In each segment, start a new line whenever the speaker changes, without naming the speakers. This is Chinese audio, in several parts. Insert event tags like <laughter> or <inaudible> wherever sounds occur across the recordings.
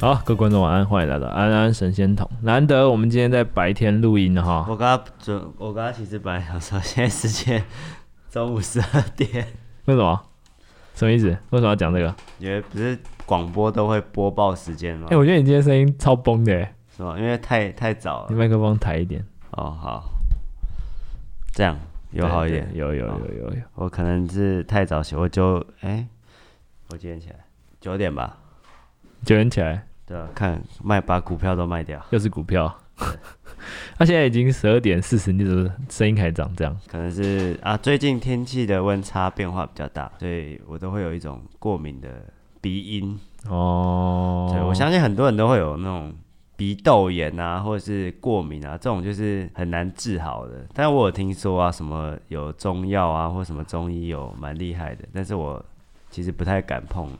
好，各位观众晚安，欢迎来到安安神仙桶。难得我们今天在白天录音哈，
我刚刚准，我刚刚其实本来想说，现在时间中午十二点，
为什么？什么意思？为什么要讲这个？
因为不是广播都会播报时间吗
哎、？我觉得你今天声音超崩的耶，
是吗？因为太太早
你
了。
麦克风抬一点，
哦，好，这样有好一点
对。对有有
好
有有有。
我可能是太早起，我就哎、我几点起来？九点吧。
九点起来
对啊，看卖把股票都卖掉，
又是股票， <laughs> 他现在已经十二点四十，你怎么声音还长这样？
可能是啊，最近天气的温差变化比较大，所以我都会有一种过敏的鼻音。
哦，
对，我相信很多人都会有那种鼻窦炎啊，或者是过敏啊，这种就是很难治好的。但我有听说啊，什么有中药啊，或什么中医有蛮厉害的，但是我其实不太敢碰。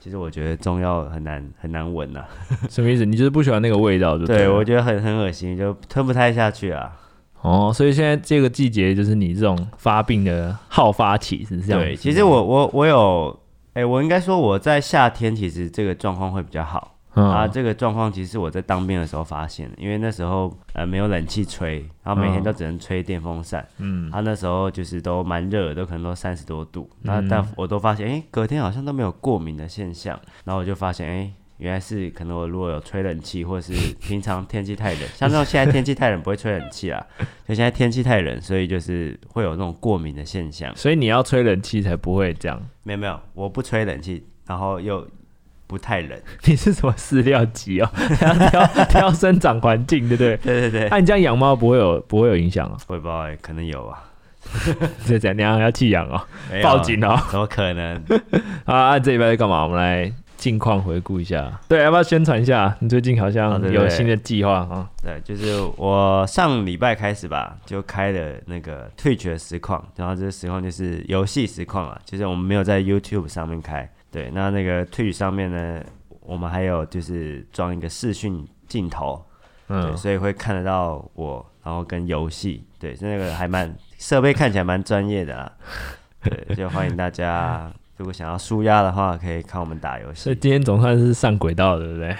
其实我觉得中药很难很难闻呐、
什么意思？你就是不喜欢那个味道就
对
了
我觉得很很恶心，就吞不太下去啊。
哦，所以现在这个季节就是你这种发病的好发期，是这样子吗。
对，其实我我我有，哎、我应该说我在夏天其实这个状况会比较好。
嗯
啊，这个状况其实是我在当兵的时候发现的，因为那时候呃没有冷气吹，然后每天都只能吹电风扇，
嗯，
他、那时候就是都蛮热的，都可能都三十多度，那、
嗯
但我都发现，哎、隔天好像都没有过敏的现象，然后我就发现，哎、原来是可能我如果有吹冷气，或是平常天气太冷，像这种现在天气太冷不会吹冷气啦， <laughs> 就现在天气太冷，所以就是会有那种过敏的现象。
所以你要吹冷气才不会这样。 <laughs>
没有没有，我不吹冷气，然后又不
<laughs>
太冷。
你是什么饲料鸡哦？ <laughs> 要挑挑生长环境，对不对？
对
<laughs>
对对，
啊那、你这样养猫不会有不会有影响哦？ <laughs>
我也不知道、欸，可能有啊。
这怎样？要弃养哦？
没有啊
报警
<laughs>
哦！
怎么可能？
啊，啊这礼拜在干嘛？我们来近况回顾一下。对，要不要宣传一下？你最近好
哦
像
对对
有
对
新的计划啊？
对，就是我上礼拜开始吧，就开了那个 Twitch 的实况，然后这个实况就是游戏实况啊，就是我们没有在 YouTube 上面开。对，那那个 Twitch 上面呢，我们还有就是装一个视讯镜头，对，
嗯，
所以会看得到我，然后跟游戏，对，那个还蛮设备看起来蛮专业的啦。对，就欢迎大家，如果想要舒压的话，可以看我们打游戏
所以。今天总算是上轨道了，对不对？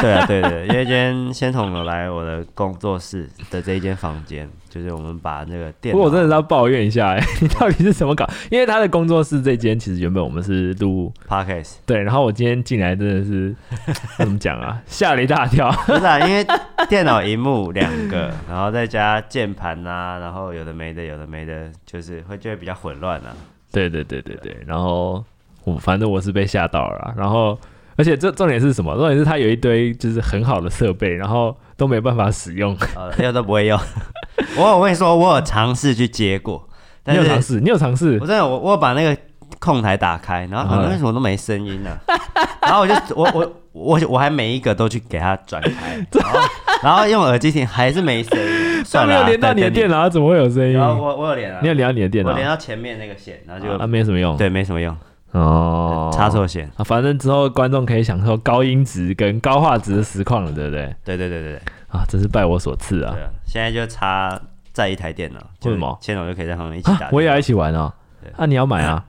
对啊，对对，因为今天仙童有来我的工作室的这一间房间，就是我们把那个电
不过我真
脑
的是要抱怨一下、哎， <laughs> 你到底是怎么搞？因为他的工作室这间其实原本我们是录
podcast
对，然后我今天进来真的是 <laughs> 我怎么讲啊，吓了一大跳。
不是啊，因为电脑荧幕两个，然后再加键盘呐，然后有的没的，有的没的，就是会就会比较混乱啊。
对对对对对，然后我反正我是被吓到了啦，然后而且这重点是什么？重点是它有一堆就是很好的设备，然后都没办法使用。
呃，要都不会用。 <laughs> 我有我跟你说，我有尝试去接过，
你
<laughs> 但
有尝
是
试？你有尝试
我？真的我我有把那个控台打开，然后啊
然后嘞
为什么都没声音呢、 <laughs> 然后我就我我我我还每一个都去给它
<laughs>
转开，然后然后用耳机听还是没声音，
它
算
没
了啊、
有连到你的电
脑。
脑，它怎么会有声音？
然后我我有连啊，
你有连到你的电脑
我，连到前面那个线，然后就、
那、没有什么用。
对没什么用，
哦，
插错线。
啊，反正之后观众可以享受高音质跟高画质的实况了，对不对？
对对对对对
啊，真是拜我所赐啊！
对啊，现在就插在一台电脑，就
为什么
千总就可以在旁边一起打
啊
电，脑。
我也要一起玩哦。
对
啊，你要买
<laughs>
啊？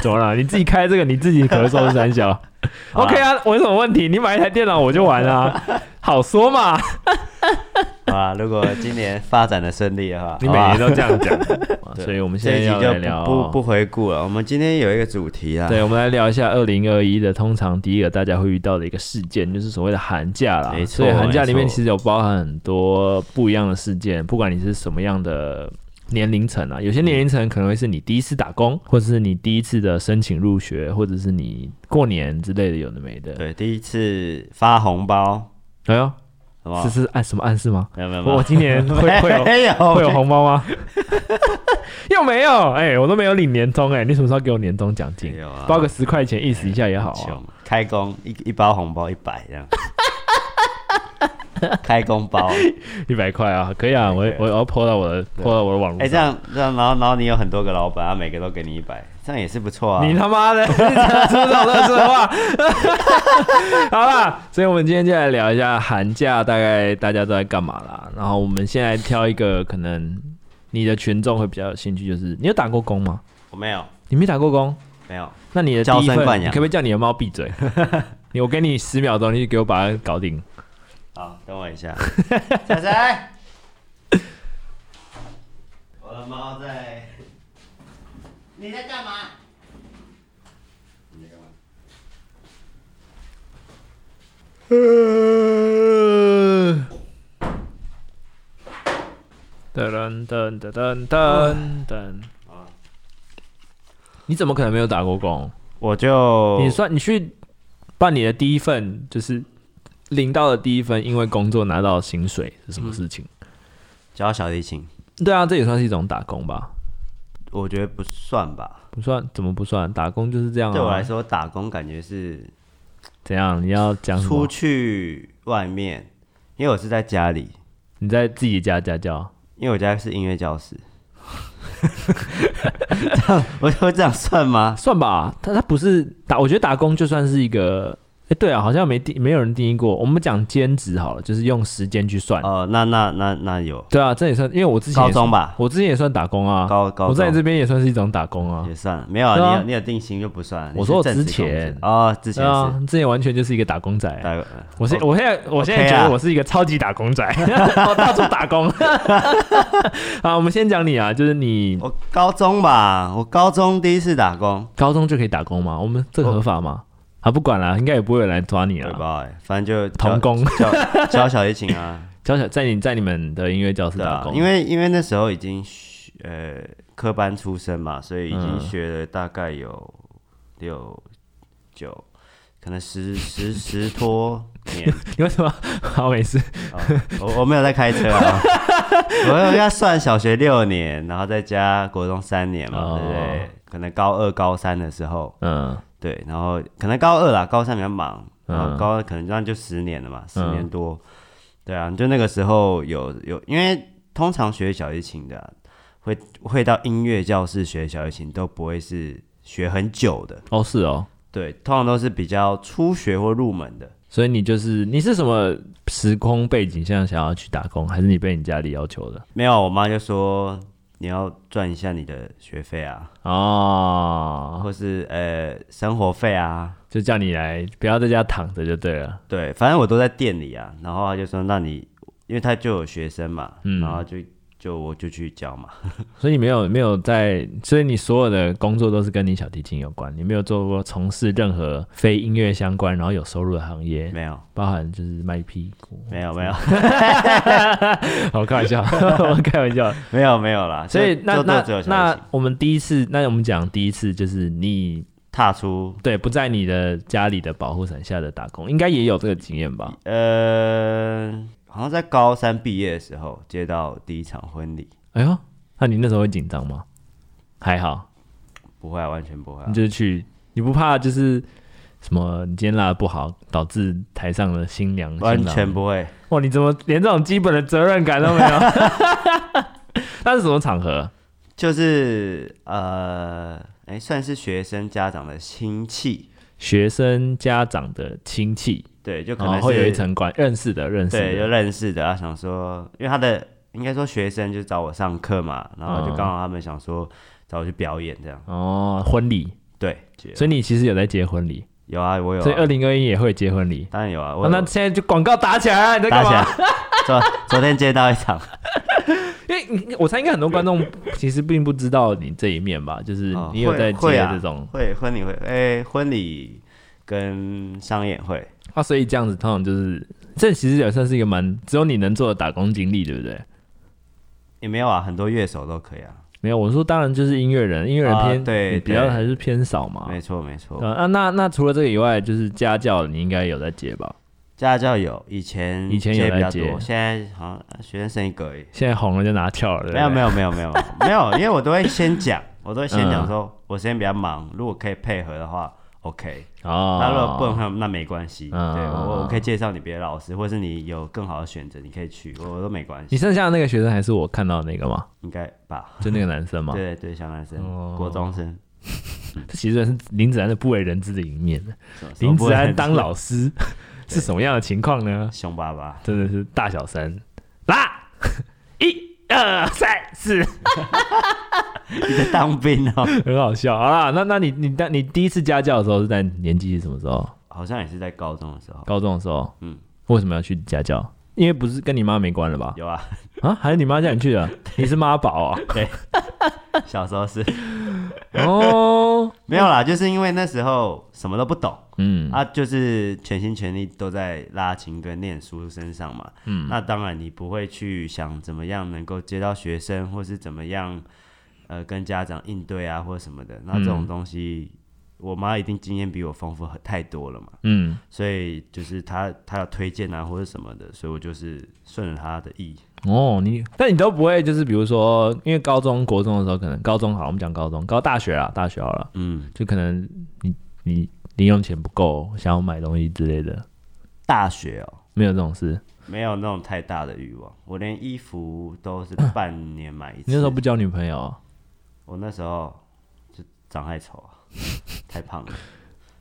怎么了？你自己开这个，你自己咳嗽是三小
好啦
？OK 啊，我有什么问题？你买一台电脑我就玩啊，好说嘛。
啊 <laughs> 好啊！如果今年发展的顺利的话，
<laughs> 你
好
每
吧
年都这样讲，啊所以我们现
<laughs> 这
在
一
要
集
来
就
聊，
不不不回顾了。我们今天有一个主题啊，
对，我们来聊一下二零二一的，通常第一个大家会遇到的一个事件，就是所谓的寒假啦。
没错
所以寒假里面
没错
其实有包含很多不一样的事件，不管你是什么样的年龄层啊，有些年龄层可能会是你第一次打工，或者是你第一次的申请入
嗯
学，或者是你过年之类的，有的没的。
对，第一次发红包，
哎呦，
好不好
这？是暗什么暗示
<laughs>
吗？
没有没有没
我
有，
今年会会有
<laughs> 没有
会有红包吗？ <laughs> 又没有，哎、我都没有领年终，哎，你什么时候给我年终奖金
没？有啊，
包个十块钱意思一下也好啊。
穷，开工一一包红包一百这样， <laughs> 开工
<laughs>
包，
一百块啊，可以啊，我我我要泼到我的泼到我的网
哎、
络
这
上。
样这样，然后然后你有很多个老板，他啊每个都给你一百，这样也是不错啊。
你他妈的，你怎么说这种乐色话？ <laughs> 好啦，所以我们今天就来聊一下寒假大概大家都在干嘛啦。然后我们现在挑一个可能你的群众会比较有兴趣，就是你有打过工吗？
我没有
你没打过工，
没有，
那你的第
娇
一
生
份，
惯
你
养
可不可以叫你的猫闭嘴？ <laughs> 你我给你十秒钟，你就给我把它搞定。
好，等我一 <laughs> 下，仔仔，我的猫在，你在干嘛？你在干嘛？
<laughs> 噔噔噔噔噔噔噔
啊。
你怎么可能没有打过工？哦
我就
你算你去办你的第一份，就是领到的第一份，因为工作拿到的薪水是什么事情？
教小提琴，
对啊，这也算是一种打工吧？
我觉得不算吧。
不算，怎么不算？打工就是这样、啊。
嗯对我来，说，打工感觉是
怎样？你要讲什
出
么？
去外面，因为我是在家里，
你在自己家家教？
因为我家是音乐
<laughs>
教室。这样我会这样算吗？
算吧，他他不是打，我觉得打工就算是一个，哎、对啊，好像没定，没有人定义过。我们讲兼职好了，就是用时间去算。
哦、那那那那有
对啊，这也算，因为我之前
高
也
中吧，
我之前也算打工啊，
高高
我在
中
这边也算是一种打工啊。
也算了没有啊，
对啊
你有你有定型就不算。
我说我
你是正
之
职工
前
是哦，之前
对
是、
啊，之前完全就是一哦个打工仔、
大概
我现我现在我现在
OK 啊
觉得我是一个超级打 <laughs> 工仔，我到处打工。 <laughs> 好，我们先讲你啊，就是你
我高中吧，我高中第一次打工，
高中就可以打工吗？我们这个合法吗？啊，不管啦，应该也不会有人来抓你
不知
了。
道哎，反正就
童工，
教 <laughs> 教小提
<laughs>
琴啊，
小小在你在你们的音乐教室
对
打
啊，
工，
因为因为那时候已经学呃科班出身嘛，所以已经
嗯
学了大概有六九，可能十十十多年。
<laughs> 你为什么？好，没事。
<laughs> 哦、我我没有在开车
<laughs>
啊，我我要算小学六年，然后再加国中三年嘛，
哦
对不对？可能高二高三的时候，
嗯，
对，然后可能高二啦，高三比较忙，然
嗯
后高二可能这样就十年了嘛，十
嗯
年多，对啊，就那个时候有有，因为通常学小提琴的啊、会会到音乐教室学小提琴都不会是学很久的，
哦，是哦。
对，通常都是比较初学或入门的。
所以你就是你是什么时空背景下想要去打工，还是你被你家里要求的？
没有，我妈就说你要赚一下你的学费啊，
哦，
或是呃生活费啊，
就叫你来，不要在家躺着就对了。
对，反正我都在店里啊。然后她就说，那你因为她就有学生嘛，
嗯
然后就就我就去教嘛。
所以你没有没有在，所以你所有的工作都是跟你小提琴有关，你没有做过从事任何非音乐相关然后有收入的行业，
没有，
包含就是卖屁股。
没有，没
<laughs>
有，
好，开玩 <laughs> 笑，我开玩笑。
没有，没有啦。
所以
就
那
就
那
就只有小提
那
琴
我们第一次，那我们讲第一次就是你
踏出
对不在你的家里的保护伞下的打工，应该也有这个经验吧？
呃，好像在高三毕业的时候接到第一场婚礼，
哎呦，那你那时候会紧张吗？还好，
不会、啊，完全不会、啊
你。就是去，你不怕就是什么你今天拉的不好，导致台上的新娘
完
新郎
全不会，
哇，你怎么连这种基本的责任感都没有？ <laughs> 那是什么场合？
就是呃，哎、算是学生家长的亲戚，
学生家长的亲戚，
对，就可
然
能
后
是、
哦会有一层关认识的认识
对，就
的，
认识的，他啊想说，因为他的应该说学生就找我上课嘛，然后
嗯
就刚好他们想说找我去表演这样，
哦，婚礼，
对，
所以你其实有在结婚礼，
有啊，我有、
所以二
啊，
零二一也会结婚礼。
当然有啊，
哦
我有
那现在就广告打起来，你在
打
干
起来
嘛？，
<laughs> 昨昨天接到一场，
因为你我猜应该很多观
<laughs>
众其实并不知道你这一面吧，就是
哦
你有
会
在
会
接
啊
这种
会婚礼会，哎、婚礼跟商演会，
啊，所以这样子通常就是这其实也算是一个蛮只有你能做的打工经历，对不对？
也没有啊，很多乐手都可以啊，
没有，我说当然就是音乐人，音乐人
啊
偏、
对
比较
对
还是偏少嘛。
没错没错
哦对，啊，那那除了这个以外，就是家教你应该有在接吧？
家教有，以前
以前有
接
在
比较
接
多，现在好像学生剩一个而已。
现在红了就拿翘了，对不
没有
对
没有没有没有没
<laughs>
有，因为我都会先讲，我都会先
嗯
讲说，我时间比较忙，如果可以配合的话，OK。
哦，
那如果不能配合，那没关系。对
嗯
我我可以介绍你别的老师，或是你有更好的选择，你可以去，我我都没关
你
系，
剩下的那个学生还是我看到的那个吗？
应该吧？
就那个男生吗？
<laughs> 对对，小男
哦
生，国中生，
这其实是林子安的不为人知的一面。
什么
<laughs> 林子安
什
当
么
老师是什么样的情况呢？
凶巴巴，
真的是大小三啦， <laughs> 一二三四， <laughs>
你在当兵哦，
很好笑。好啦，那那你你当你第一次家教的时候是在年纪是什么时候？
好像也是在高中的时候，
高中的时候。
嗯，
为什么要去家教？因为不是跟你妈没关了吧？
有啊，
啊，还是你妈叫你去
<laughs>
的？你是妈宝啊？
小时候是 <laughs>
哦，
没有啦，就是因为那时候什么都不懂。
嗯，
啊，就是全心全力都在拉琴跟念书身上嘛。嗯，那当然你不会去想怎么样能够接到学生，或是怎么样呃跟家长应对啊，或什么的。那这种东西，我妈一定经验比我丰富很太多了嘛，
嗯，
所以就是她她要推荐啊或者什么的，所以我就是顺着她的意。
哦，你但你都不会就是比如说，因为高中国中的时候，可能高中好，我们讲高中，高大学啊，大学好了，
嗯，
就可能你你零用钱不够，想要买东西之类的，
大学哦。
没有这种事。
没有那种太大的欲望，我连衣服都是半年买一次。
你那时候不交女朋友哦、
我那时候就长
<laughs>
太丑啊，太胖了。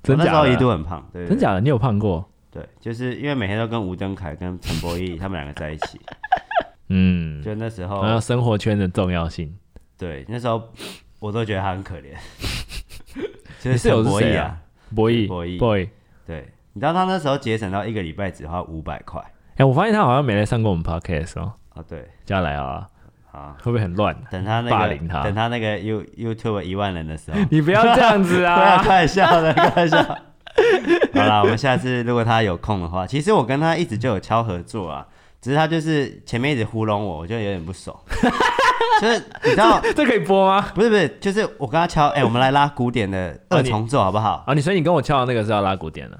真
哦我那时
假
候
的？
一度很胖，对对
真？假的？你有胖过？
对，就是因为每天都跟吴登凯跟陈柏毅他们两个在一起，
<laughs> 嗯，
就那时候，
然后生活圈的重要性。
对，那时候我都觉得他很可
<laughs>
怜。就
你
是
室友
陈
是
柏毅
谁啊
啊，
博弈，
博弈
boy，
对，你知道他那时候节省到一个礼拜只花五百块
哎、我发现他好像没来上过我们 podcast 哦，
啊，对，
加来啊，
啊，
会不会很乱？
等他那
霸
个
凌他
等他那个 You YouTube 一万人的时候，
你不要这样子
<laughs> 啊，
啊！
开玩笑的，开
<laughs>
玩笑。好啦，我们下次如果他有空的话，其实我跟他一直就有敲合作啊，只是他就是前面一直糊弄我，我就有点不
<laughs>
熟。就是你知道，
这可以播吗？
不是不是，就是我跟他敲，哎、我们来拉古典的二重奏好不好？
啊，你所以你跟我敲的那个是要拉古典的，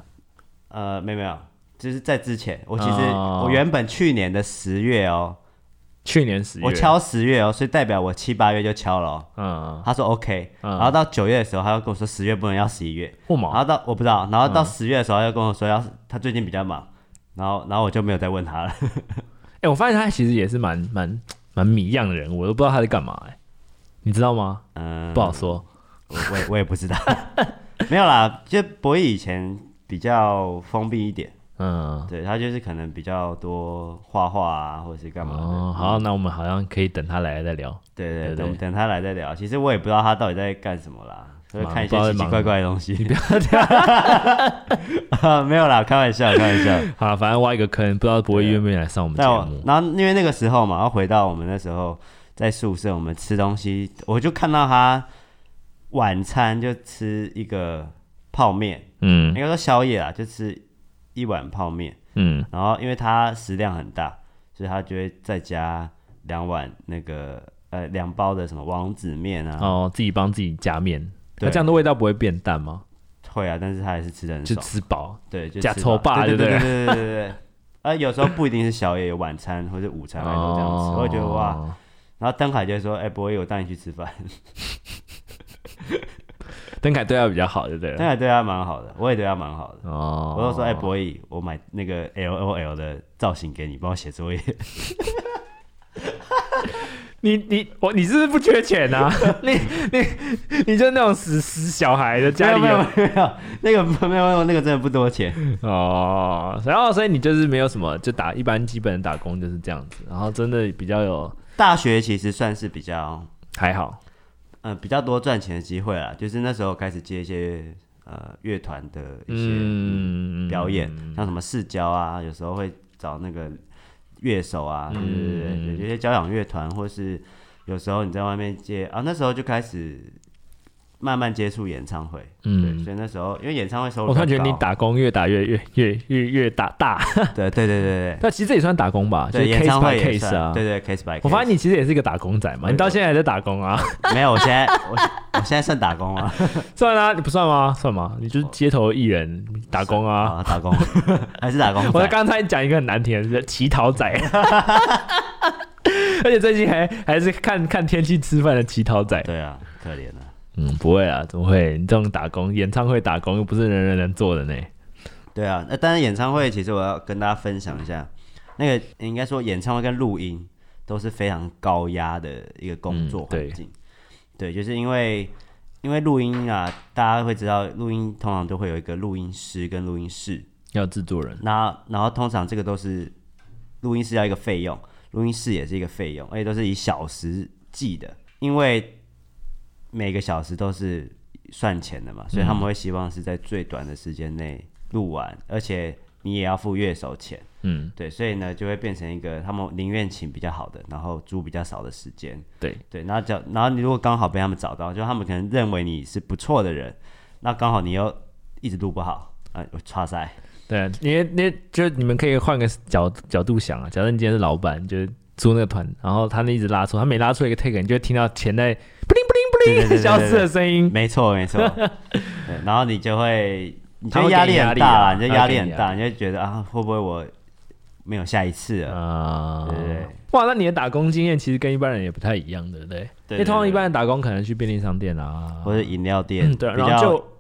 呃，没有没有，就是在之前，我其实、
哦
我原本去年的十月哦，
去年十月，
我，敲十月哦，所以代表我七八月就敲了、哦。
嗯，
他说 OK，、
嗯
然后到九月的时候，他又跟我说十月不能要十一月，
不
然
毛，
后到我不知道，然后
嗯
到十月的时候，他就跟我说要他最近比较忙，然后然后我就没有再问他
<laughs>
了。
哎、我发现他其实也是蛮蛮蛮迷样的人物，我都不知道他在干嘛、哎，你知道吗？
嗯，
不好说，
我我也我也不知道， <laughs> 没有啦，就博弈以前比较封闭一点，
嗯，
对他就是可能比较多画画啊，或者是干嘛的。
哦，好，那我们好像可以等他来了再聊。 <laughs>
对
对
对
对
对，等等他来再聊。其实我也不知道他到底在干什么啦，就是
忙
看一
不知道在
些
忙
奇奇
什
怪
么
怪的东西。
<laughs>
<laughs> 啊没有啦，开玩笑，开玩笑。
好了，反正挖一个坑，不知道博弈愿不愿意来上我们节
但我
目。
然后因为那个时候嘛，然后回到我们那时候在宿舍，我们吃东西，我就看到他晚餐就吃一个泡面，
嗯
应该说宵夜啊，就吃一碗泡面。
嗯，
然后因为他食量很大，所以他就会再加两碗那个呃两包的什么王子面啊，
哦，自己帮自己加面，那
对
这样的味道不会变淡吗？
会啊，但是他还是吃的很
就
少，
吃饱。
对，就
假
吃
丑霸
对
就对
对
了
对对对对对。啊，有时候不一定是宵夜，有晚餐或者午餐，还都这样吃，我会觉得哇，
哦，
然后登海就说：“哎、博威，我带你去吃饭。
邓凯对他比较好，对不”对
<laughs> 登
了？
海对他蛮好的，我也对他蛮好的。
哦，
我就说：“哎、博威，我买那个 L O L 的造型给你，帮我写作业。 <laughs>
你你我你是不是不缺钱
<laughs>
啊？你你你就那种死死小孩的”家里
没有没有没有没有那个没 <laughs> 有没有那个真的不多钱。
哦，然后所以你就是没有什么，就打一般基本的打工就是这样子，然后真的比较有
大学其实算是比较
还好，
嗯、呃比较多赚钱的机会啦，就是那时候开始接一些呃乐团的一些、
嗯
表演，像什么市交啊，有时候会找那个乐手啊，
嗯
对对对对，有些交响乐团，或是有时候你在外面接啊，那时候就开始慢慢接触演唱会，对，
嗯，
所以那时候因为演唱会收入
我突然
比
觉
较
得你
高，
打工越打越越越越越打大， <laughs>
对对对对对，
但其实这也算打工吧，就是
对演
case
唱会
by
也
case
算，
啊。
对对 case by case。
我发现你其实也是一个打工仔嘛，
对
你到现在还在打工啊？ <laughs>
你没有，我现在我我现在算打工吗？
算啊，你不算吗？算吗？你就是街头艺人打工啊。
啊，打工 <laughs> 还是打工仔？
我刚才讲一个很难听的，乞讨
<laughs>
仔。而且最近还还是看看天气吃饭的乞讨仔。
对啊，可怜了。
嗯，不会啊，怎么会？你这种打工，演唱会打工又不是人人能做的呢。
对啊，那当然演唱会其实我要跟大家分享一下，那个应该说演唱会跟录音都是非常高压的一个工作
嗯对
环境。对，就是因为因为录音啊，大家会知道录音通常都会有一个录音师跟录音室，
要制作人，
那然后通常这个都是录音师要一个费用，录音室也是一个费用，而且都是以小时计的，因为每个小时都是算钱的嘛，所以他们会希望是在最短的时间内录完，而且你也要付乐手钱，
嗯，
对，所以呢就会变成一个他们宁愿请比较好的，然后租比较少的时间，
对，
对，然后就然后你如果刚好被他们找到，就他们可能认为你是不错的人，那刚好你又一直录不好，啊、我差赛。
对，你你就你们可以换个角角度想啊，假设你今天是老板，你就是租那个团，然后他那一直拉错，他每拉错一个 take，你就会听到钱在不灵不灵
对对
不 <laughs>
对
灵
对
消失的声音。
<laughs> 没错，没错。
<laughs>
对，然后你就会，你
他
就
会
压
给你
力
压
很
力
大
啊
啦，你就
他会
压
给
力
你
很
压
大，你就觉得啊，会不会我没有下一次了？
啊、
对对对
哇，那你的打工经验其实跟一般人也不太一样，对不对？因
对
为通常
对
一般人打工可能去便利商店啊，
或者饮料店
嗯，
比
对，然后
较
就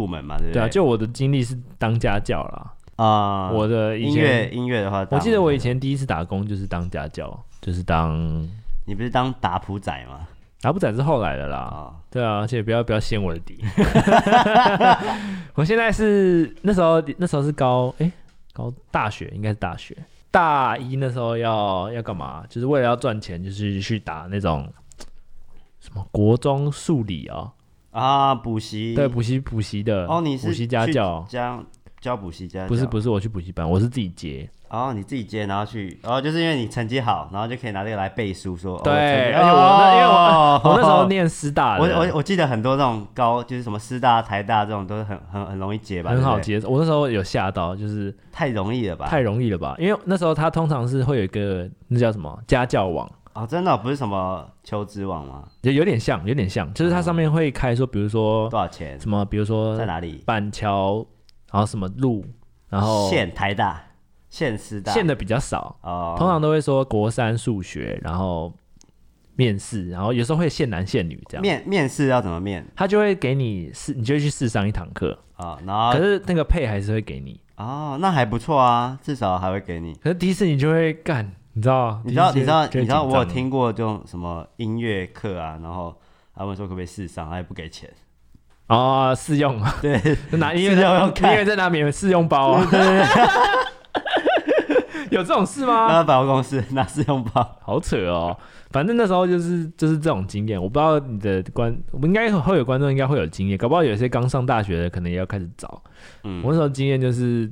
入门嘛，对不
对啊，就我的经历是当家教啦，
啊，
我的以
音
前
乐音乐的话，
我记得我以
前
前第一次打工就是当家教，就是当
你不是当打谱仔吗？
打不仔是后来的啦。
啊，
对啊，而且不要不要掀我的底。 <laughs> 我现在是那时候那时候是高哎、高大学应该是大学大一那时候要要干嘛？就是为了要赚钱，就是去打那种什么国中数理啊、
啊，补习
对补习补习的
哦，你是
补习家
去
教，
教教补习家教，
不是不是我去补习班，我是自己接。
哦，你自己接，然后去，哦，就是因为你成绩好，然后就可以拿这个来背书，说哦
对
而
而且我那因为我那时候
念。
念师大的，
哦我我我记得很多那种高，就是什么师大、台大这种，都是很 <laughs> 很很容易结吧，
很好
对不对，
接受。我那时候有吓到，就是
太容易了吧？
太容易了吧？因为那时候他通常是会有一个那叫什么家教网，
哦，真的哦、不是什么求职网吗？
也有点像，有点像，就是它上面会开说，比如说
多少钱？
什么，比如说
哦在哪里？
板桥，然后什么路，然后
县台大、县师大、
县的比较少，
哦，
通常都会说国三数学，然后面试，然后有时候会县男县女这样。
面面试要怎么面
他就会给你试，你就会去试上一堂课，
啊、哦？然后
可是那个配还是会给你。
哦，那还不错啊，至少还会给你。
可是第一次你就会干，你知道？
你知道
第
你
一次
知道
就会
你知道
紧
我有
张
听过这种什么音乐课啊，然后他们说可不可以试上，他也不给钱。
哦，试用啊，
<laughs>
<laughs>
对，
拿音乐
试用要
在
看
音乐在拿免试用包啊， <laughs> 有这种事
<laughs>
吗？
那百货公司拿试用包，
好扯哦，反正那时候就是就是这种经验，我不知道你的观，我应该会有观众应该会有经验，搞不好有些刚上大学的可能也要开始找。
嗯
我那时候经验就是，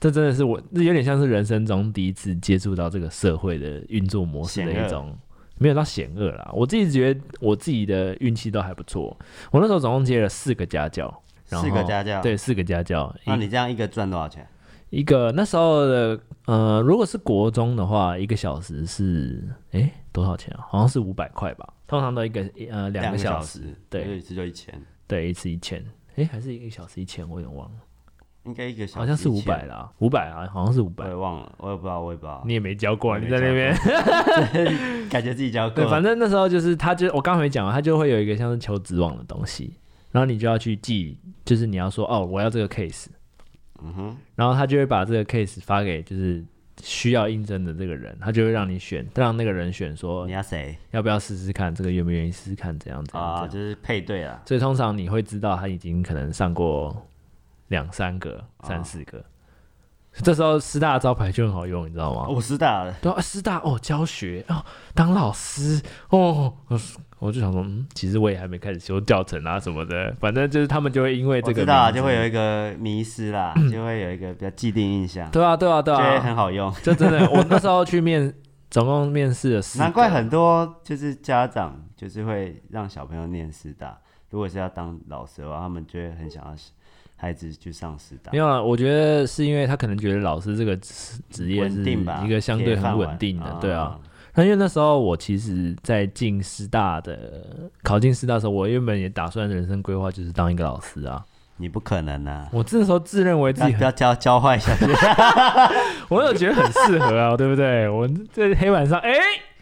这真的是我，这有点像是人生中第一次接触到这个社会的运作模式的
险恶
一种，没有到险恶啦。我自己觉得我自己的运气都还不错，我那时候总共接了四个家教，然后
四个家教。，
对，四个家教，
那你这样一个赚多少钱？
一一个那时候的呃，如果是国中的话，一个小时是诶多少钱啊？好像是五百块吧，通常都一个呃两个小时，
时，
对
所以一次就一千，
对，一次一千，诶还是一个小时一千，我有点忘了，
应该一个小时
好像是五百
1000，
啦，五百啊，好像是五
我
百
也，忘了，我也不知道，我也不知道，
你也没教过啊，
我
你
也
在那边
没。
<laughs>
感觉自己教
对，
过，
反正那时候就是他就我刚才讲了，他就会有一个像是求职网的东西，然后你就要去记，就是你要说哦，我要这个 case，
嗯哼，
然后他就会把这个 case 发给就是需要应征的这个人，他就会让你选，让那个人选说
你要谁
要不要试试看，这个愿不愿意试试看，怎样怎样。
啊？
怎样
就是配对啊，
所以通常你会知道他已经可能上过两三个、三四个，
啊
这时候师大的招牌就很好用，你知道吗？
我知道了，
对啊，师大哦，教学哦，当老师哦，我我就想说，嗯，其实我也还没开始修教程啊什么的，反正就是他们就会因为这
我
个
知道啊，
名
就
字
会有一个迷
<clears throat>
失啦，就会有一个比较既定印象，
对啊，对啊，对
<laughs> 就会
啊，
很好用，
就真的，我那时候去面，总共面试了四个，
难怪很多就是家长就是会让小朋友念师大。如如果是要当老师的话，他们就会很想要孩子去上师大
没。有啊，我觉得是因为他可能觉得老师这个职职业是
稳定吧，
一个相对
铁饭
很
碗
稳定的，对
嗯
啊。，那因为那时候我其实，在进师大的考进师大的时候，我原本也打算人生规划就是当一个老师啊。
你不可能啊！
我这时候自认为自
要
己
不
很，
要交交换一下？
我有觉得很适合啊，对不对？我在黑板上，哎、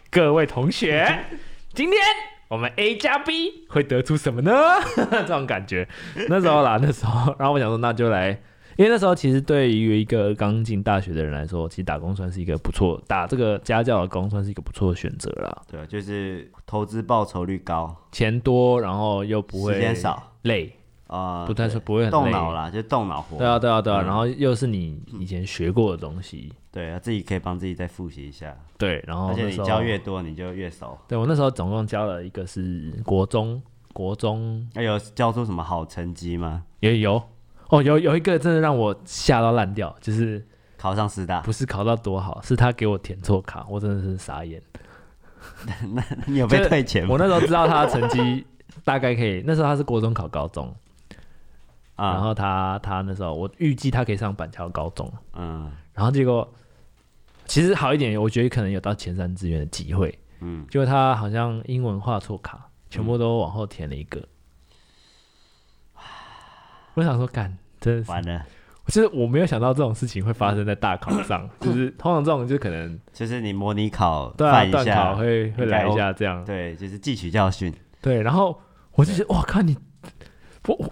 各位同学，
<laughs>
今天我们 A 加 B 会得出什么呢？ <laughs> 这种感觉。那时候啦， <laughs> 那时候，然后我想说，那就来。因为那时候其实对于一个刚进大学的人来说，其实打工算是一个不错，打这个家教的工算是一个不错的选择啦。
对啊，就是投资报酬率高，
钱多，然后又不会
时间少
累，
啊，
不太说不会很
动
累
脑。啦，就动脑活。
对啊，对啊，对啊，
嗯
然后又是你以前学过的东西，
对啊，自己可以帮自己再复习一下，
对，然后
而
哦
且
那
你
时候
教越多，你就越熟。
对我那时候总共教了一个是国中，国中
那有教出什么好成绩吗？
也有哦，有有一个真的让我吓到烂掉，就是
考上师大，
不是考到多好，是他给我填错卡，我真的是傻眼。
<laughs> 你有被
就是
退钱吗
我？那时候知道他的成绩大概可以，那时候他是国中考高中，然
啊，
后他他那时候我预计他可以上板桥高中，
嗯
然后结果其实好一点，我觉得可能有到前三志愿的机会，
嗯，
结果他好像英文画错卡，全部都往后填了一个。我想说，干，真的是，
完了，
就是我没有想到这种事情会发生在大考
<coughs>
上，就是通常这种就可能
就是你模拟考
对啊
犯一
断考
下，
会会
应该
来
哦
一下这样，
对，就是汲取教训，
对，然后我就觉得哇靠你。我我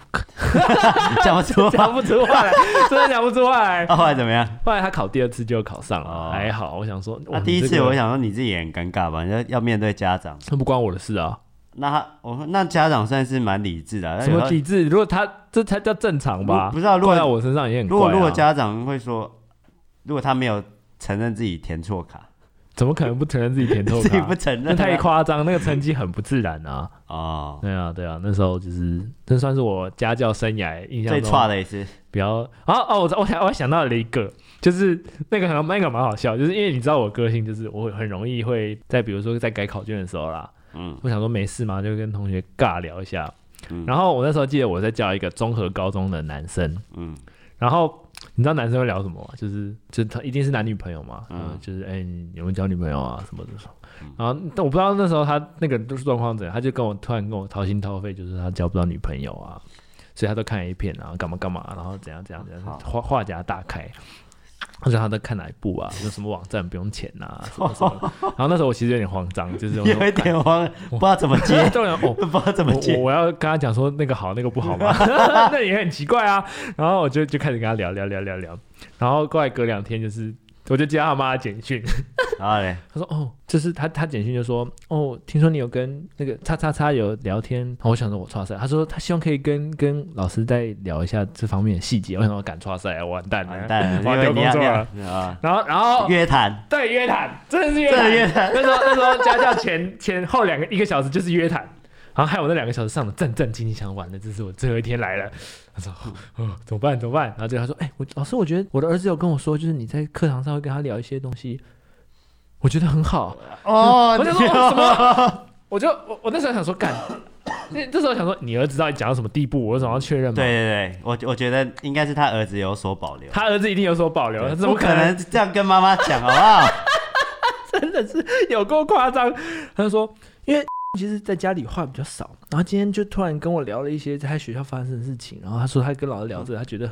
讲
<laughs>
不出话。
讲不出话来，
<laughs>
真的讲不出话来。
啊后来怎么样？
后来他考第二次就考上了，
哦
还好。我想说，哇
那第一
你
次
这个
我想说你自己也很尴尬吧，你要要面对家长。
这不关我的事啊，
那他，我说那家长算是蛮理智的啊，
什
有时
么
候
体制？如果他这才叫正常吧？
不不知道如
怪
果
到我身上也很怪
如
啊。
果如果家长会说，如果他没有承认自己填错卡，
怎么可能不承认自己填错
自己
卡
不？承
那
认，
太夸张，那个成绩很不自然啊！
哦，
对啊，对啊，那时候就是，这算是我家教生涯印象
最
中
差的一次，
比较。哦哦，我我想我想到了一个，就是那个很那个蛮好笑，就是因为你知道我个性，就是我很容易会在比如说在改考卷的时候啦，
嗯
我想说没事嘛，就跟同学尬聊一下。
嗯
然后我那时候记得我在教一个综合高中的男生，
嗯
然后你知道男生会聊什么吗？就是就是他一定是男女朋友嘛，
嗯
嗯，就是哎、你有没有交女朋友啊什么的。
嗯
然后但我不知道那时候他那个状况怎样，他就跟我突然跟我掏心掏肺，就是他交不到女朋友啊，所以他都看 A 片，然啊后干嘛干嘛，然后怎样怎样怎样
好，
话话匣大开。我说他在看哪一部啊？有什么网站不用钱呐、什么什么的。然后那时候我其实有点慌张，就是我说
<laughs> 有
<laughs>
一点慌，不知道怎么接，
干重点哦，
不知道 <laughs> 怎么
我
接，
我要跟他讲说那个好，那个不好
<laughs>
嘛， <laughs> 那也很奇怪啊。然后我就就开始跟他聊聊聊聊聊，然后过来隔两天就是，我就接到他妈的简讯， <laughs>
然后嘞，
他说哦，就是他他简讯就说哦，听说你有跟那个叉叉叉有聊天，然后我想说我叉赛，他说他希望可以跟跟老师再聊一下这方面的细节，我想说敢叉赛啊，完蛋了，
完蛋
我要
了，因为
丢
你
工
要
作
你
了。
要啊，
然后然后
约谈，
对约谈，真的是约
真
谈
的约谈
那时候那时候家教前前后两个一个小时就是约谈，然后害我那两个小时上的战战兢兢，想完了，这是我最后一天来了。他说哦哦怎么办怎么办？然后最后他说哎、我老师我觉得我的儿子有跟我说，就是你在课堂上会跟他聊一些东西，我觉得很好。
哦，
我就说 <laughs> 哦什么？我就我我那时候想说干，那这时候想说你儿子到底讲到什么地步？我总要确认嘛。
对对对，我我觉得应该是他儿子有所保留，
他儿子一定有所保留，他怎么
不
可
可
能
能这样跟妈妈讲好不好？
真的是有够夸张。他就说，因为 <laughs> 其实在家里话比较少，然后今天就突然跟我聊了一些在他学校发生的事情，然后他说他跟老师聊这个，他觉得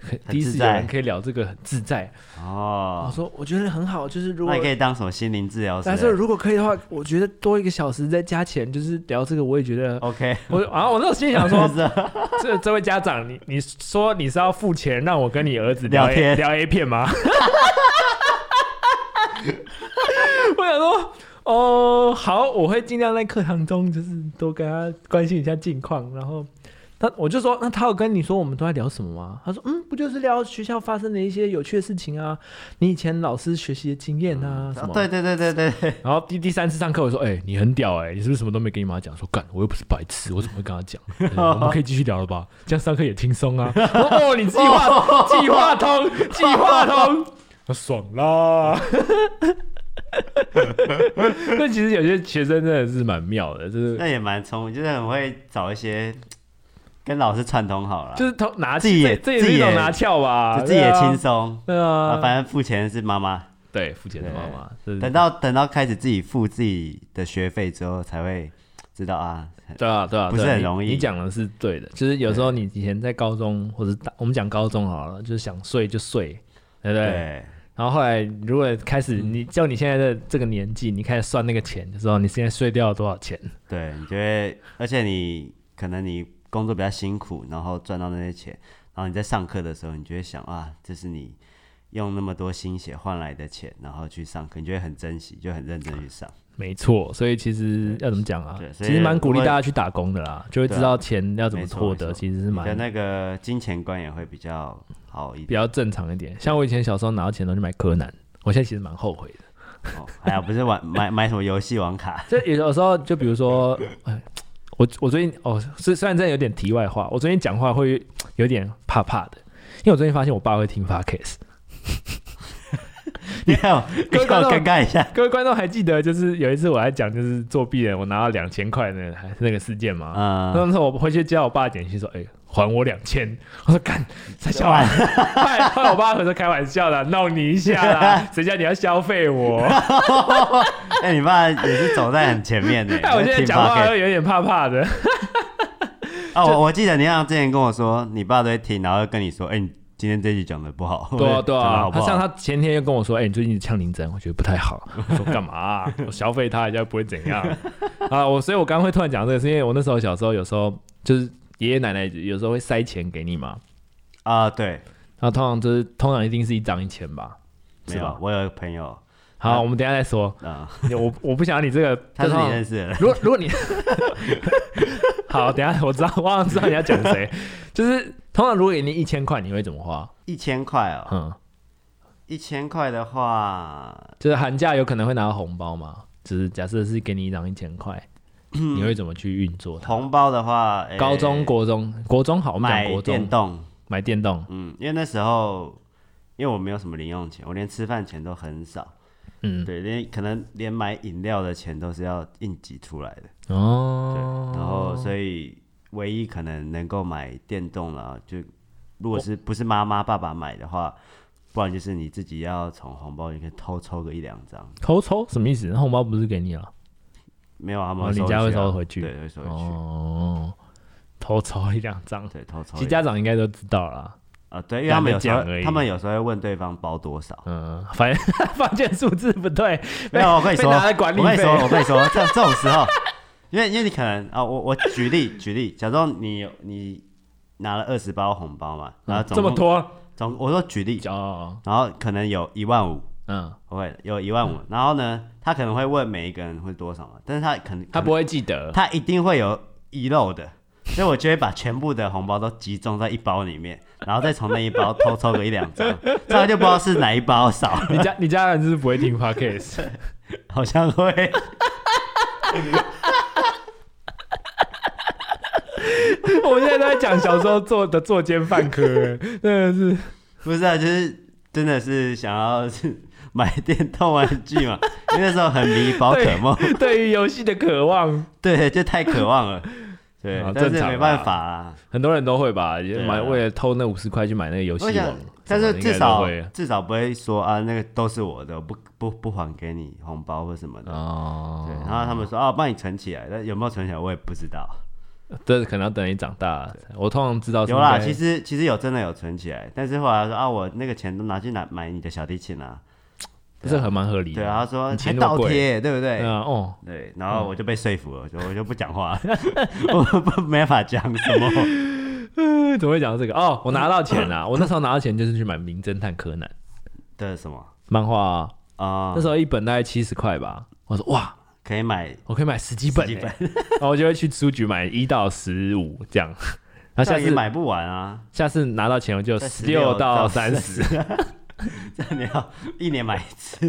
很
很
第一次
自
有
在
人可以聊这个很自在。我
哦，
说我觉得很好，就是如果
那你可以当什么心灵治疗师
但是如果可以的话，我觉得多一个小时再加钱，就是聊这个，我也觉得。
？OK，，
我然后我那时候心里想说
<laughs> 是啊
<laughs> 这这位家长，你你说你是要付钱让我跟你儿子聊
聊
A,
天
聊 A 片吗？ <laughs> 我想说，哦，好，我会尽量在课堂中就是多跟他关心一下近况。然后他我就说，那他有跟你说我们都在聊什么吗？他说，嗯，不就是聊学校发生的一些有趣的事情啊，你以前老师学习的经验啊，什么。
对对对对对对，
然后第第三次上课，我说：“哎、你很屌哎、你是不是什么都没跟你妈讲？”说：“干，我又不是白痴，我怎么会跟她
<laughs>
讲、哎我们可以继续聊了吧？这样上课也轻松啊。我说”哦，你计
<laughs>
划计划通，计划通，我说爽啦！但其实有些学生真的是蛮妙的，
<laughs>
就是
那也蛮聪明，就是很会找一些跟老师串通好了，
就是偷拿
自己也
这这也是
自
一
己也
种拿翘吧，
就自己也
对啊
轻松。
对
啊，
啊，
反正付钱是妈妈，
对，付钱的妈妈，就是
等到等到开始自己付自己的学费之后，才会知道啊，
对啊，对啊，
不是
对啊
很
你
容易
你讲的是对的，就是有时候你以前在高中或者大，我们讲高中好了，就是想睡就睡，对不对？
对，嗯
然后后来如果开始你就你现在的这个年纪，你开始算那个钱的时候，你现在睡掉了多少钱？
对，你就会，而且你可能你工作比较辛苦，然后赚到那些钱，然后你在上课的时候，你就会想啊，这是你用那么多心血换来的钱，然后去上课，你就会很珍惜，就很认真去上。
没错，所以其实要怎么讲啊
对？所
其
以
实蛮鼓励
如
大
果啊
家去打工的啦，就会知道钱要怎么
没错
获
没
得，
错
其实是
你的
蛮
那个金钱观也会比较好一
比
点。
较正常一点。像我以前小时候拿到钱都去买柯南，我现在其实蛮后悔的。
哦、哎呀，不是
<laughs>
玩买买什么游戏网卡， <laughs>
这有时候就比如说，哎，我我最近哦，虽虽然这有点题外话，我最近讲话会有点怕怕的，因为我最近发现我爸会听 podcast。
你看我，
各位
你看
观
我
众
尴尬一下
各位观众还记得，就是有一次我在讲就是作弊人，我拿到两千块那个那个事件吗？
嗯，
那时候我回去接到我爸简讯说：“哎、还我两千。”我说：“干，才小
哇
孩。”后后来我爸回说：“开玩笑啦，闹你一下啦，谁叫你要消费我？”
<laughs> 那、哎你爸也是走在很前
<laughs>
面的。
但哎我现在
听
讲话
podcast
又有点怕怕的。
哦，我我记得你好像之前跟我说，你爸都会听，然后跟你说，哎、你今天这集讲的不好，
<laughs> 对啊，
或者
对
讲得
啊
好，不
他
好？
像他前天又跟我说，哎、你最近呛林真，我觉得不太好。我说 <laughs> 干嘛啊、我消费他人家不会怎样 <laughs> 啊。我所以，我刚刚会突然讲这个，是因为我那时候小时候有时候就是爷爷奶奶有时候会塞钱给你嘛，
啊、对，
然后通常就是通常一定是一张一千吧，
没
是
有
吧，？
我有一个朋友，
好，
啊
我们等一下再说。 <laughs>
啊、
我我不想要你这个，
<laughs> 他是
就通
你
常
认识的人，
如果如果你 <laughs> 好，等一下我知道，我好像知道你要讲谁，就是通常如果给你一千块，你会怎么花？
一千块哦，
嗯，
一千块的话，
就是寒假有可能会拿到红包嘛，只是假设是给你一张一千块，你会怎么去运作它？
红包的话，嗯哎
高中、国中、国中好，我们讲
买
国
电
中
动，
买电动，
嗯，因为那时候因为我没有什么零用钱，我连吃饭钱都很少，
嗯，
对，连可能连买饮料的钱都是要硬挤出来的。对，
哦，
然后所以唯一可能能够买电动了，就如果是不是妈妈爸爸买的话，不然就是你自己要从红包里面偷抽个一两张，
头抽什么意思？红包不是给你啊了？
没有啊，他们
哦
会
你
收
家会
啊
收回去
对，会收回去，
哦，头抽一两张，
对，偷抽
其
一
实
张。
家长应该都知道啦。
啊，对，因为他们有时候
懒得讲而已
他们有时候会问对方包多少，
嗯，反正 <laughs> 发现数字不对，
<laughs> 没有，我跟你说，
被拿来管理
我跟你说，
费
我跟你说，这这种时候， <laughs> 因为因为你可能啊，我我举例举例，假装你有你拿了二十包红包嘛，然后总
嗯这么
共
多
总我说举例，
哦，
然后可能有一万五，
嗯，
不会有一万五，然后呢，他可能会问每一个人会多少嘛，但是他可能
他不会记得，
他一定会有遗漏的，所以我就会把全部的红包都集中在一包里面，然后再从那一包偷 <laughs> 抽个一两张，这样就不知道是哪一包少，
你家你家人是不是不会
<laughs>
听 podcast，
好像会。
我们现在都在讲小时候做的作奸犯科，真的是。
<laughs> 不是啊，就是真的是想要 <laughs> 是买电动玩具嘛， <laughs> 因为那时候很迷宝可梦，
<laughs> 对于游戏的渴望，
对，就太渴望了，对
啊，
但
正
是
常
没
啦
办法啊。
很多人都会吧，也
对啊
买为了偷那五十块去买那个游戏
我想
网，，
但
什
是
么的
至
应该都
少
会啊
至少不会说啊，那个都是我的，我不不不还给你红包或什么的。对，
哦，
然后他们说啊，帮你存起来，但有没有存起来我也不知道。
这可能要等你长大。我通常知道是
有啦，
应该
其实其实有真的有存起来，但是后来说啊，我那个钱都拿去拿买你的小提琴啊。
这很蛮合理的。
对啊，他说
你
还
钱那么
倒
贵
贴，对不
对
对？
啊，哦， <laughs>
对，然后我就被说服了，我就我就不讲话了， <laughs> 我不没法讲什么。
嗯怎么会讲到这个？哦，我拿到钱
<laughs>
啦，我那时候拿到钱就是去买《名侦探柯南》
这是什么
漫画啊，
啊
那？时候一本大概七十块吧。我说哇，
可以买
我可以买十几本
十几
欸， <laughs>
本
然后我就会去书局买一到十五这
<laughs>
样。然后
这
下
样也
次
买不完啊， <laughs>
下次拿到钱我就
在
十六到三十，
十，这样你要一年买一次。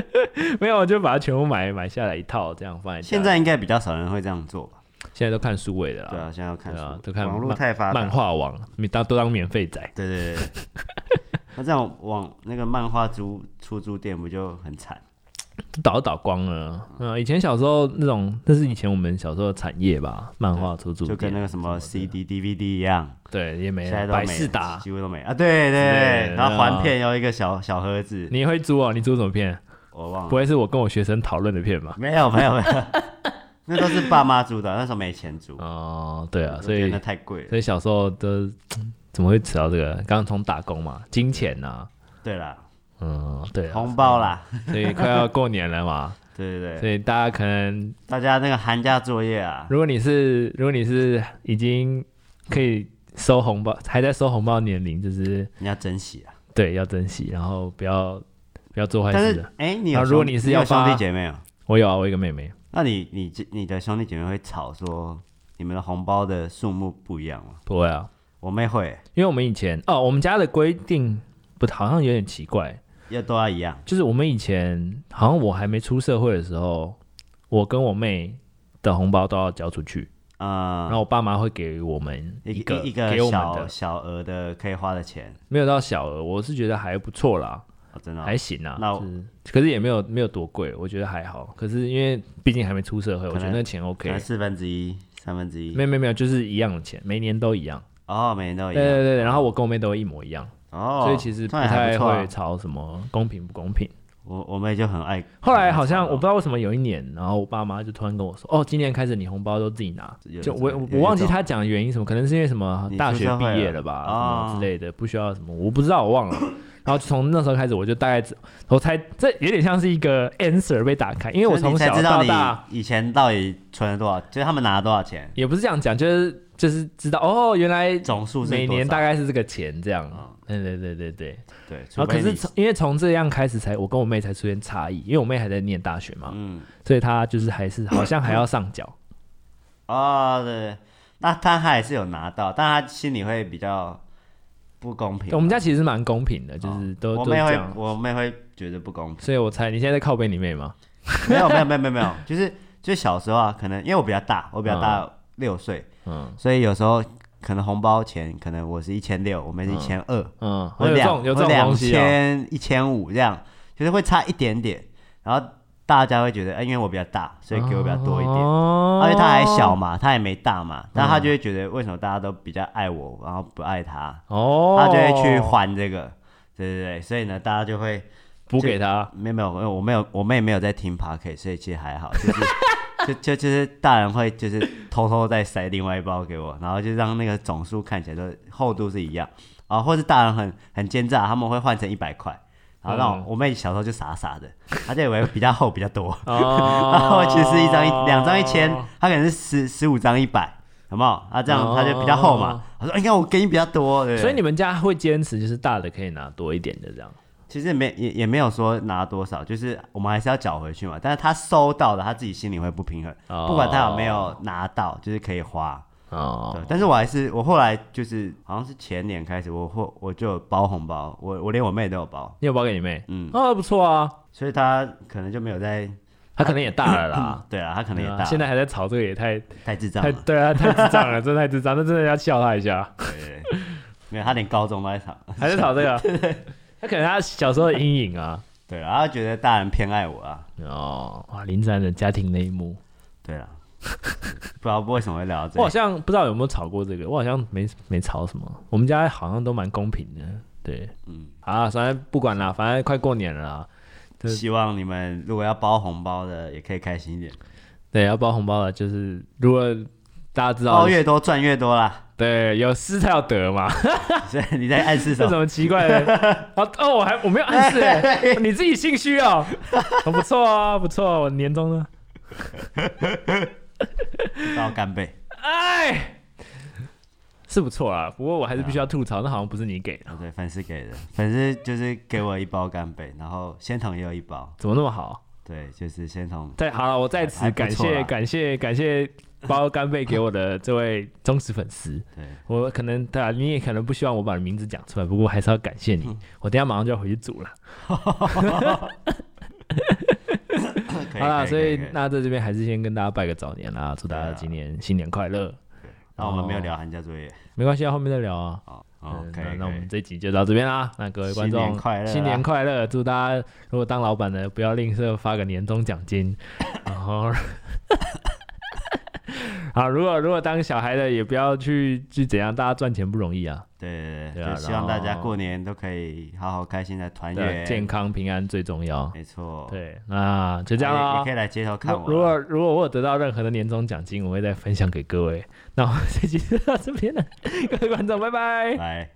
<laughs> 没有，我就把它全部买买下来一套，这样放在家
现在应该比较少人会这样做吧？
现在都看数位的啦，
对啊，现在要看
对啊
书
都看
网络
漫
太发达
漫，画王，你当都当免费仔，
对对
<laughs>
对对。那这样网那个漫画租出租店不就很惨？
倒都倒光了。嗯，以前小时候那种，那是以前我们小时候的产业吧，漫画出租
就跟那
店，
个什么 CD、DVD 一样，
对，也没
现
了。
在都没
百
了
事达，
几乎都没啊。对对
对
对，然
对
后
啊
还片要一个小小盒子，
你会租哦？你租什么片？
我忘
不
了，
会是我跟我学生讨论的片吧？
<laughs> 没有没有没有，那都是爸妈租的，那时候没钱租，
哦，对啊，
嗯我
所
觉得
以
那太贵了。
所以小时候都怎么会扯到这个？刚刚从打工嘛，金钱呐、
对啦，
嗯，对啊，
红包啦，
所以快要过年了嘛，
对 <laughs> 对
所
对，
以大家可能，
大家那个寒假作业啊，
如果你是如果你是已经可以收红包，还在收红包的年龄，就是
你要珍惜啊。
对要珍惜，然后不要不要做坏
但
事
是
啊。
哎，你
啊
有
如果
兄
你是
有
要
兄
发
弟姐妹哦，
我有啊，我有一个妹妹，
那你你你的兄弟姐妹会吵说你们的红包的数目不一样吗？
不会啊，
我妹会，
因为我们以前哦，我们家的规定不好像有点奇怪，
要都要一样。
就是我们以前好像我还没出社会的时候，我跟我妹的红包都要交出去，
嗯，
然后我爸妈会给我们
一
个
一个
给我们
小
的，
小额的可以花的钱，
没有到小额，我是觉得还不错啦，
哦、真的哦、
还行啊，
那我
就是可是也没有没有多贵，我觉得还好。可是因为毕竟还没出社会，我
可
觉
能
得那钱
可
OK
能。四分之一、三分之一
没，有没有没有，就是一样的钱，每年都一样。
哦，每年都
对
一样，
对对，然后我跟我妹都一模一样，
哦，
所以其实不
那也还
太
错啊
会吵什么公平不公平。
我我妹就很爱，
后来好
啊
像我不知道为什么有一年，然后我爸妈就突然跟我说：“哦，今年开始你红包都自己拿。
有”
就
这
我
有
我
这
我忘记
种
他讲的原因什么，可能是因为什么
你
大
出
学
社
毕
会
业
了
了吧，
哦
什么之类的，不需要什么，我不知道，我忘了。然后从那时候开始，我就大概知我猜这有点像是一个 answer 被打开，因为我
就是你
从
才
小
知道
到
你
大
以前到底存了多少，就是他们拿了多少钱，
也不是这样讲，就是就是知道哦，原来
总数是
每
多
年
少
大概是这个钱这样
嗯。
对对对对对。
对，
然后
除
可
非
是
你
从因为从这样开始才我跟我妹才出现差异，因为我妹还在念大学嘛，
嗯
所以他就是还是好像还要上缴。
哦对，那他还是有拿到，但他心里会比较不公平嘛。
我们家其实蛮公平的，就
哦
是都、
我
都这
妹会
样，，
我妹会觉得不公平。
所以我猜你现在在靠背你妹吗？
没有没有没有没有没有，就是就小时候啊，可能因为我比较大，我比较大六岁，
嗯
所以有时候可能红包钱，可能我是一千六，我们是一千二，
嗯，
我
有这
两
种有这
我
种
两
东西哦。
千一千五这样，就是会差一点点，然后大家会觉得，哎、因为我比较大，所以给我比较多一点。
哦嗯
而且他还小嘛，他也没大嘛，但他就会觉得为什么大家都比较爱我，然后不爱他，
哦，
他就会去还这个，对对对，所以呢，大家就会
补给他。
没有没有，没有我没有，我妹没有在听 p o c a s t 所以其实还好，就是 <laughs> 就就就是大人会就是偷偷再塞另外一包给我，然后就让那个总数看起来都厚度是一样啊，或是大人很很奸诈，他们会换成一百块，然后让我,、
嗯
我妹小时候就傻傻的，她就以为比较厚比较多，
哦，
<laughs> 然后其实是一张一两张一千，她可能是十十五张一百，好不好？啊，这样她就比较厚嘛。我说哎你看我给你比较多，对
哦
不对
所以你们家会坚持就是大的可以拿多一点的这样。
其实没也也没有说拿多少，就是我们还是要缴回去嘛。但是他收到的，他自己心里会不平衡，
哦
不管他有没有拿到，就是可以花。对，
哦，
但是我还是我后来就是好像是前年开始，我后我就有包红包，我我连我妹都有包，
你有包给你妹？
嗯，
哦，不错啊，
所以他可能就没有在，。
她可能也大了啦 <laughs>
对啊，他可能也
对啊
大，
现在还在吵这个也太
太智障
太
了，
对啊，太智障了， <laughs> 真的太智障，那真的要笑他一下。
对对对，没有，他连高中都在吵，
还在吵这 <laughs> 个？他可能他小时候的阴影啊。
对啊，他觉得大人偏爱我啊，
哦，哇，林珊的家庭内幕，
对
<laughs>
啊，不知道为什么会聊到这
我好
里，
像不知道有没有吵过这个，我好像没没吵什么。我们家好像都蛮公平的，对
嗯。
啊，反正不管啦，反正快过年了啦，对
希望你们如果要包红包的，也可以开心一点，
对，要包红包了，就是如果大家知道
包，越多赚越
<laughs>
多啦。
对，有失才有得嘛，
哦所以你在暗示
这
什
什
么？
么奇怪的？
<laughs>
啊哦，我还我没有暗示、
哎
欸，你自己心虚哦，哦不错啊，不错，我年终呢？
包干贝，
哎，是不错啊，不过我还是必须要吐槽，那好像不是你给的，
啊对，粉丝给的，粉丝就是给我一包干贝，然后仙童也有一包，
怎么那么好？
对，就是仙童，
再好了，我在此
还不
感
错
谢
啦
感谢感谢包干贝给我的这位忠实粉丝。 <laughs>
对， <laughs>
我可能对啊，你也可能不希望我把名字讲出来，不过还是要感谢
嗯
你。我等一下马上就要回去煮了。
可以啊
好啦，
可
所以
可可
那在这边还是先跟大家拜个早年啦，祝大家今年新年快乐。
那我们没有
哦
聊寒假作业，
没关系啊，后面再聊啊
好。哦
嗯，
可以
那那
可
我
以
们这一集就到这边啦。那各位观众，
新年快乐啦
新年快乐！祝大家如果当老板的，不要吝啬发个年终奖
<laughs>
金。然后， <laughs> 好，如果如果当小孩的，也不要去去怎样，大家赚钱不容易啊。
对对
对
对，
啊
就希望
然
大
后
家过年都可以好好开心的团
对，啊
圆，
健康平安最重要。
没错，，
对，那就这样
也
啦
也可。以来街头看我啊啦。
如果如果我有得到任何的年终奖金，我会再分享给各位。那我们这集就到这边了，各位观众，拜拜。
来。